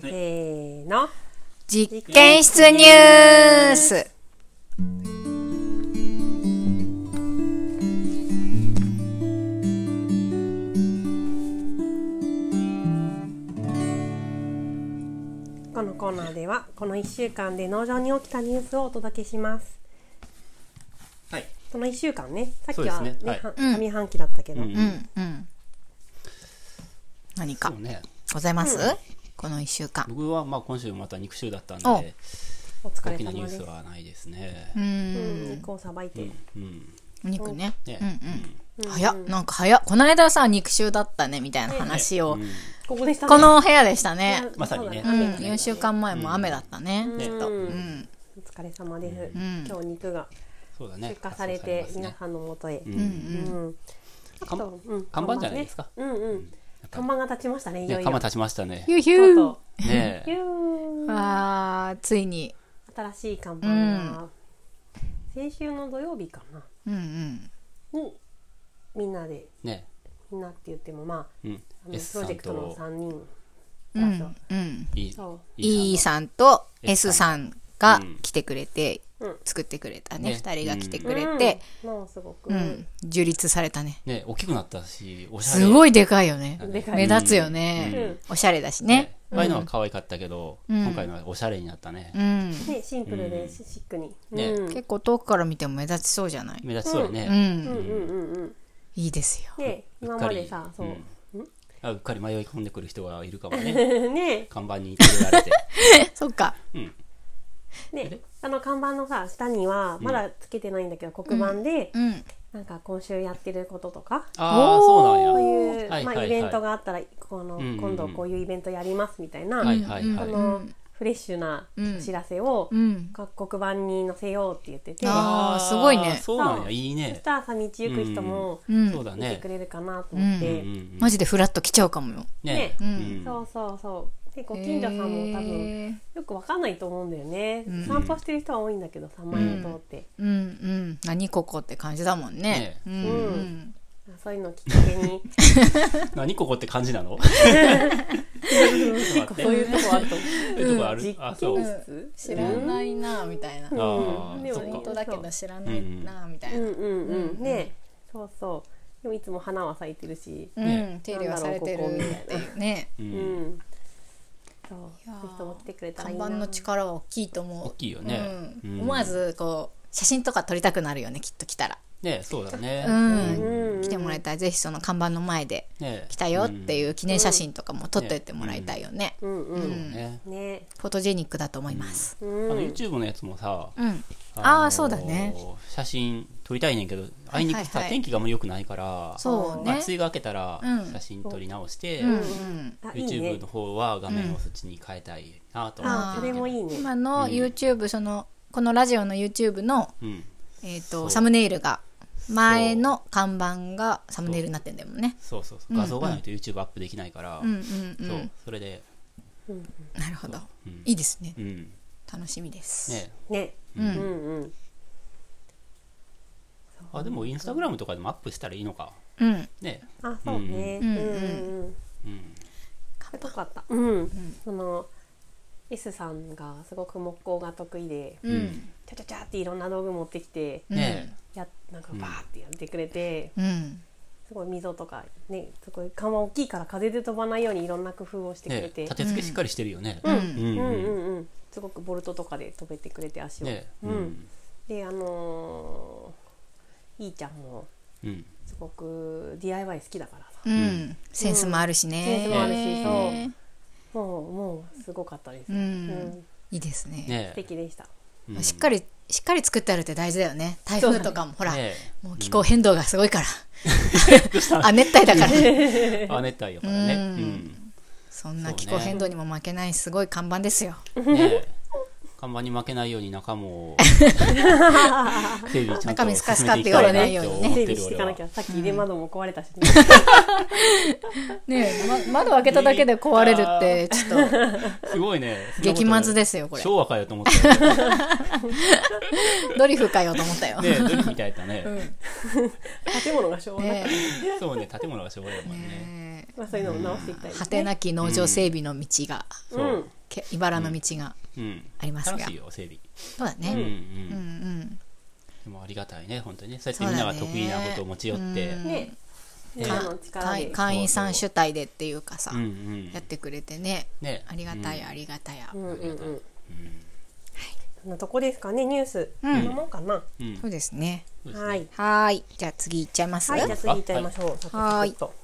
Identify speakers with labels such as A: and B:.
A: せーの。
B: 実験室ニュース
A: このコーナーでは、この1週間で農場に起きたニュースをお届けします。
C: はい。
A: その1週間ね、さっき
C: そ
A: は、
C: うで
A: ね
C: すねはい
A: は
B: うん
A: 上半期だったけど、
C: うん
B: うんうん何か
C: そうね。
B: ございます、この一週間
C: 僕はまあ今週また肉週だったん
B: お
C: で、
A: お疲
C: 大
A: れ
C: きなニ
A: 様
C: ュー
A: で
C: ス
A: す。
C: はないですね
B: う。
A: うんん、肉をさばいて。
C: うん。
B: お肉ね
C: ね
B: うんうん早っなんか早っこの間さ肉臭だったねみたいな話を、
C: うん
A: ここでしたね
B: こ、の部屋でしたね
A: いや
C: まさにね
A: そう
B: う
A: だ
B: ん
A: ね
B: 4週間前も雨だったね、
A: うん
C: ね
B: うん
A: お疲れ様です。
B: ん
A: 今日肉が
C: そうだね
A: 出。荷されて、
C: 発送されますね
A: 皆さんのもとへ。
C: うん
A: うん
C: 看
A: そううん
C: 看板じゃないですか。
A: 看板ねうんうん。看板が立ちましたね、いよ
C: ね、
A: いよ。
C: 釜立ちましたね。
B: ヒューヒ
A: とう
B: ュ
A: と
B: ー
A: う
C: ね
A: ヒュー
B: あーついに
A: 新しい看板が、先週の土曜日かな
B: うんうん
A: にみんなで
C: ね
A: みんなって言ってもま
C: うん
A: ああ。の
C: S
A: プロ
C: さ
A: ジ
C: ん
A: ェクトの
C: と
A: 3人
B: うんうん、
C: E
A: そう
B: E
C: さ
B: さんと
C: S
B: S
C: さ
B: さんが
C: うん
B: 来てくれて、
A: うん
B: 作ってくれたね
C: ね
B: 二人が来てく
A: く
B: れて、、
A: うん、もうすごく、
B: うん樹立されたね
C: ん。ね大きくなったし、おしゃれ。
B: すごいでかいよね
A: でかい
B: 目立つよね、おしゃれだしね
C: ね。前のは可愛かったけど、
B: うん
C: 今回のはおしゃれになったね。
B: うん、
A: でシンプルでシシックに、
C: ね
A: うん、
B: 結構遠くから見ても目立ちそうじゃない、
C: 目立ちそうよ
B: う
C: ね。
B: ん
A: うんうんうんうん
B: いいですよ
A: で今までさそう、
C: あうっかり迷い込んでくる人がいるかもね。
A: ね
C: 看板に入れられて。
B: そっか
C: うん。
A: であの看板のさ下にはまだつけてないんだけど、黒板で、
B: うん
A: なんか今週やってることとか
C: ああ、
B: お
A: こ
B: ー
C: そうなんや。
A: ういう、
C: はいはい
A: ま
C: は
A: あ、
C: い
A: イベントがあったらこの、
C: うんうんうん
A: 今度こういうイベントやりますみたいな、
C: はいはいは
A: こ
C: い。
A: のフレッシュなお知らせを
B: うん
A: 各黒板に載せようって言ってて、
B: あ
A: そ
B: ーすごいね
C: そうなん
A: そ
C: や、
A: う
C: いいね
A: し。たらさ道行く人も
B: うん
C: そうだ
A: 見て
C: ね
A: く。れるかなと思っ
C: うん
A: て、
C: うん
B: マジでフラッと来ちゃうかもよ
C: ね
A: ね
C: うん
A: そうそうそうでご近所さんも多分
B: へー
A: よくわかんないと思うんだよね、散歩してる人は多いんだけどさ前を通って、
B: うんうん何ここって感じだもんね
C: ね
B: う
A: うんんそういうのをきっかけ に
C: 何ここって感じなの
A: 結構そういうとこあると思
C: そういうとこあ
A: う
C: る
A: 実
C: あ、そう。
A: 験
C: あ
A: 室
B: 知らないなみたいな
A: うん
C: あ
A: でも
C: ー、そ
A: ね
C: っ
B: 本
C: か。
B: 当だけど知らないなみたい
A: うんう
B: な
A: んうんねそうそうでもいつも花は咲いてるし、
B: う
C: ね
B: ん手入れはされてるっていうね
C: う
A: うん
C: ん
A: そう
B: いやー
A: ぜひとも来てくれたらい
B: 看
A: いな
B: 板の力は大きいと思う
C: 大きいよね
B: う、
C: うんん
B: 思わずこう写真とか撮りたくなるよねきっと来たら、
C: ねそうだね。
B: うん
A: うん
B: 来てもらいたいぜひその看板の前で
C: ね
B: 来たよって
C: う
B: いう記念写真とかも撮ってってもらいたいよね、
A: うんうん
C: ん。そうね。
A: ね
B: フォトジェニックだと思います
A: う
C: あ
A: ん
C: の YouTube のやつもさ、
B: うん、
C: のー
B: あーそうだね。
C: 写真撮りたいねんけど、あいにく
B: はい
C: さ
B: は、い
C: 天気があんまり良くないから、
B: そう
C: まあ
B: ね
C: 梅雨が明けたら
B: うん
C: 写真撮り直して、
B: うんうん
A: あいい
C: YouTube
A: ね
C: の方は画面をそっちに変えたいなと思ってる
A: あーそれもいいね
B: 今の YouTube そのこのラジオの YouTube の、
C: うん。
B: えー、
C: そ
B: と
C: う
B: サムネイルが前の看板がサムネイルになってんだもんね
C: そうそうそう。画像がないと YouTube アップできないから、
B: うんうんうん
C: そう、それで、
B: なるほど、
C: うん
B: いいですね
C: うん。
B: 楽しみです、
C: ね
A: ね
B: う
A: うん
B: ん、
A: うん
C: あでもインスタグラムとかでもアップしたらいいのか
B: うん、
C: ね
A: あそうねう
B: うんん
A: うんうん
C: うん
A: よかったうんその S さんがすごく木工が得意で
B: うん
A: ちゃちゃちゃっていろんな道具持ってきて
C: ね
A: やなんかバーってやってくれて
B: うん
A: すごい溝とかねすごい看板大きいから風で飛ばないようにいろんな工夫をしてくれ
C: ね
A: て
C: 立て付けしっかりしてるよね
A: うん
C: うん
A: うん
C: うん
A: うんうんすごくボルトとかで飛べてくれて足を
C: ね
A: う
C: うんん
A: であのーいいちゃんも
C: うん
A: すごく DIY 好きだからさ
B: うん、センスもあるしね、
A: センスもあるし
B: ね
A: もうもうすごかったです、
B: うん
A: うん
B: いいですね
C: ね
A: 素敵でした
C: うん
B: しっかりしっかり作ってあるって大事だよね台風とかもほら、
C: ね
B: もう気候変動がすごいから 亜熱帯だから
C: あ熱帯やからねうん
B: そんな気候変動にも負けないすごい看板ですよ、
C: ね看板に負けないように 中も整備ちゃん
B: 中身
C: と
B: スカス
C: 進
B: カ
C: め
B: ってて
C: いき
B: 言われな
C: たいない
B: よ
C: っ
B: うに
C: て思
B: ね
A: 整
C: って
A: 備
C: る
A: してい
C: 俺
A: かな
C: は
A: きゃさっき入れ窓も壊れたし、ね
B: ねえ、ま、窓開けただけで壊れるってちょっと
C: すごいね
B: 激マズですよこれ
C: 昭和かよと思ったよね
B: ドリフかよと思った よ、
C: ねドリフみたいだね
B: うん
A: 建物が昭和だから、
B: ね
C: そうね建物が昭和やもんね
B: え
A: まあ、そういうのも直していきたいですね、
B: 果てなき農場整備の道が、
C: そううん
B: け茨の道が、
C: うん、
B: ありますが
C: 楽しいよ整備
B: そうだね、
C: うんう
B: うん、うんん
C: でもありがたいね本当にねそうやってみんなが得意なことを持ち寄って
B: そうだねうん
A: ねみんなの力
B: 会
A: で
B: 会員さん主体でっていうかさ、
C: うんうん
B: やってくれてね
C: ね
B: ありがたい、
C: うん
B: ありがたい、
A: うんうんうん
C: うん
A: そんなとこですかねニュース、
B: うん
A: こんなもんかな、
C: うん
B: そうですね
C: そうですね
A: はい
B: はーいじゃあ次行っちゃいます、
A: はいじゃあ次
C: あ
A: 行っちゃいましょう
B: は
A: サ
B: い
A: クサクっと